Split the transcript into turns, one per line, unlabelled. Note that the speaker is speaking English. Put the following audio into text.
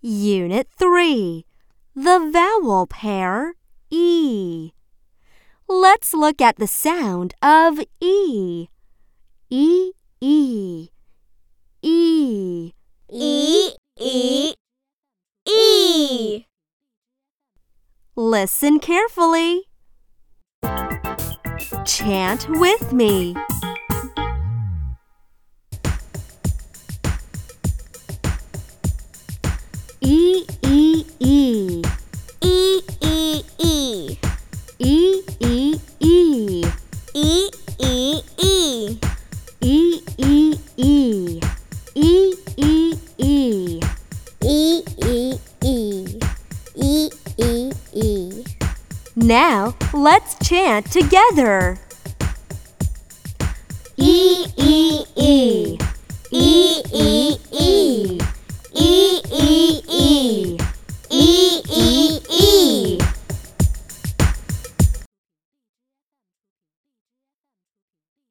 Unit 3 The vowel pair E. Let's look at the sound of E. E, E, E.
E E E
Listen carefully. Chant with me. E, E, E,
E E E
E, E, E,
E E E
E, E, E, E, E, E.
E E E E E E
Now let's chant together. E, E, E,
E E E E E